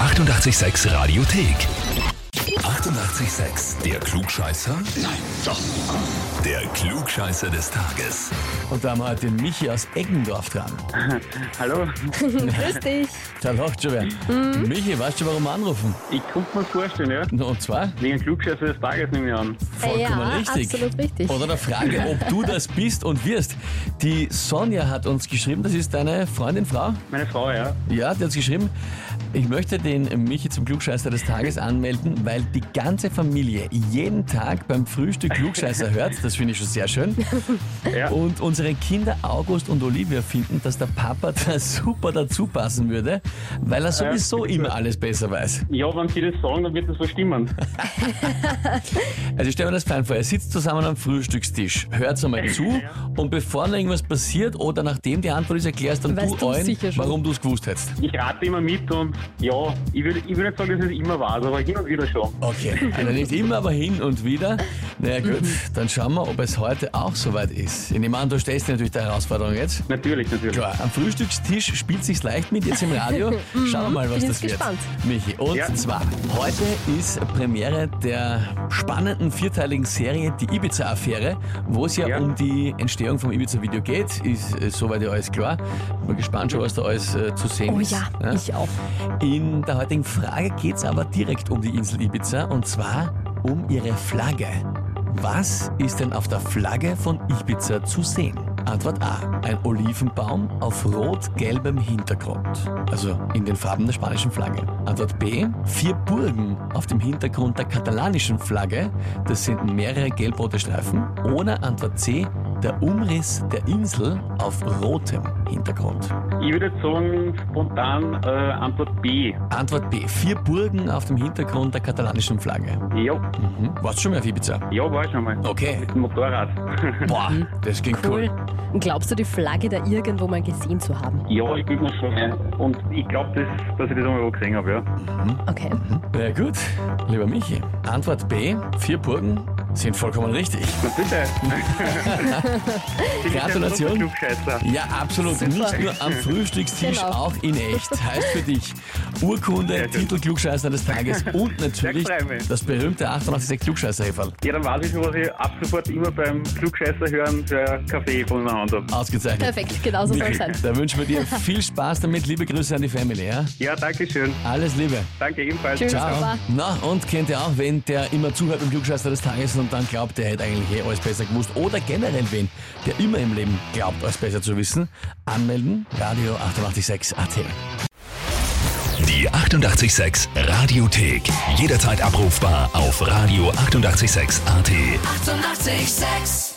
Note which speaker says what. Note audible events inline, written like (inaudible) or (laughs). Speaker 1: 886 Radiothek. 88,6. Der Klugscheißer? Nein, doch. Der Klugscheißer des Tages.
Speaker 2: Und da haben wir heute den Michi aus Eggendorf dran.
Speaker 3: Hallo,
Speaker 2: (laughs)
Speaker 4: Grüß dich.
Speaker 2: Da lacht schon wer. Michi, weißt du, warum wir anrufen?
Speaker 3: ich konnte mir vorstellen, ja.
Speaker 2: Und zwar
Speaker 3: Wegen Klugscheißer des Tages nehme ich an.
Speaker 2: vollkommen
Speaker 4: ja,
Speaker 2: richtig.
Speaker 4: absolut richtig.
Speaker 2: Oder der Frage, ob du das bist und wirst. Die Sonja hat uns geschrieben, das ist deine Freundin, Frau?
Speaker 3: Meine Frau, ja.
Speaker 2: Ja, die hat uns geschrieben, ich möchte den Michi zum Klugscheißer des Tages anmelden, weil die ganze Familie jeden Tag beim Frühstück Klugscheißer hört. Das finde ich schon sehr schön.
Speaker 3: Ja,
Speaker 2: Und unsere Kinder August und Olivia finden, dass der Papa da super dazu passen würde, weil er sowieso immer alles besser weiß.
Speaker 3: ja wenn Sie das sagen, dann wird das wohl stimmen.
Speaker 2: Also stell mir das fein vor, er sitzt zusammen am Frühstückstisch, hört
Speaker 4: (laughs)
Speaker 2: einmal zu und bevor noch irgendwas passiert oder nachdem die Antwort ist, erklärst dann
Speaker 4: Weißt
Speaker 2: du
Speaker 4: du
Speaker 2: allen,
Speaker 4: sicher schon.
Speaker 2: warum du es gewusst hättest.
Speaker 3: Ich rate immer mit und ja, ich würde ich würd nicht sagen, dass es immer war, aber hin und wieder schon.
Speaker 2: Okay,
Speaker 4: (laughs)
Speaker 2: einer nimmt immer aber hin und wieder. Naja gut,
Speaker 4: Mhm.
Speaker 2: dann schauen wir, ob es heute auch soweit ist. Ich nehme an, du stellst dir natürlich der Herausforderung jetzt.
Speaker 3: Natürlich, natürlich.
Speaker 2: Klar, am Frühstückstisch spielt sich's leicht mit, jetzt im
Speaker 4: (laughs)
Speaker 2: Radio. Schauen wir mal, was
Speaker 4: Mhm. bin
Speaker 2: das
Speaker 4: jetzt
Speaker 2: wird.
Speaker 4: gespannt.
Speaker 2: Michi, und
Speaker 3: Ja.
Speaker 2: zwar, heute ist Premiere der spannenden vierteiligen Serie Die Ibiza-Affäre, wo es ja,
Speaker 3: Ja.
Speaker 2: um die Entstehung vom Ibiza-Video geht. Ist äh, soweit ja alles klar. Bin gespannt schon, was da alles äh, zu sehen
Speaker 4: Oh
Speaker 2: ist.
Speaker 4: ja, ich auch.
Speaker 2: In der heutigen Frage geht's aber direkt um die Insel Ibiza und zwar um ihre Flagge. Was ist denn auf der Flagge von Ibiza zu sehen? Antwort A. Ein Olivenbaum auf rot-gelbem Hintergrund. Also in den Farben der spanischen Flagge. Antwort B. Vier Burgen auf dem Hintergrund der katalanischen Flagge. Das sind mehrere gelb-rote Streifen. Oder Antwort C. Der Umriss der Insel auf rotem Hintergrund.
Speaker 3: Ich würde jetzt sagen, spontan äh, Antwort B.
Speaker 2: Antwort B. Vier Burgen auf dem Hintergrund der katalanischen Flagge.
Speaker 3: Ja,
Speaker 2: Mhm. Warst schon mal auf Ibiza?
Speaker 3: ja war ich schon mal.
Speaker 2: Okay.
Speaker 3: Mit dem Motorrad. (laughs)
Speaker 2: Boah, das klingt cool.
Speaker 4: Cool. Und Glaubst du, die Flagge da irgendwo mal gesehen zu haben?
Speaker 3: ja, ich bin mir schon ein. Und ich glaube, das, dass ich das einmal gesehen habe, ja.
Speaker 4: Okay.
Speaker 2: Na gut, lieber Michi. Antwort B. Vier Burgen sind vollkommen richtig.
Speaker 3: Na bitte. (laughs)
Speaker 2: (laughs)
Speaker 3: Sie sind ein
Speaker 2: Gratulation.
Speaker 3: super Klugscheißer.
Speaker 2: Ja, absolut. Nicht nur am Frühstückstisch,
Speaker 4: Genau.
Speaker 2: auch in echt. Heißt für dich Urkunde,
Speaker 3: Sehr schön.
Speaker 2: Titel Klugscheißer des
Speaker 4: (laughs)
Speaker 2: Tages und natürlich
Speaker 3: Ja, freu mich.
Speaker 2: das berühmte 88 Klugscheißer-Häferl.
Speaker 3: Ja, dann weiß ich, schon, was ich ab sofort immer beim Klugscheißer hören für Kaffee von der Hand habe.
Speaker 2: Ausgezeichnet.
Speaker 4: Perfekt, genau so soll es sein.
Speaker 2: Da wünschen wir dir viel Spaß damit. Liebe Grüße an die Family. Ja?
Speaker 3: Ja, danke schön.
Speaker 2: Alles Liebe.
Speaker 3: Danke ebenfalls.
Speaker 4: Tschüss.
Speaker 2: Ciao.
Speaker 4: Baba.
Speaker 2: Na, und kennt ihr auch wen, der immer zuhört im Glückscheißer des Tages und dann glaubt, der hätte eigentlich eh alles besser gewusst? Oder generell wen, der immer im Leben glaubt, alles besser zu wissen? Anmelden, Radio 886 AT.
Speaker 1: Die 88,6 Radiothek. Jederzeit abrufbar auf radio886.at. 88,6.
Speaker 5: Eighty-eight, sex.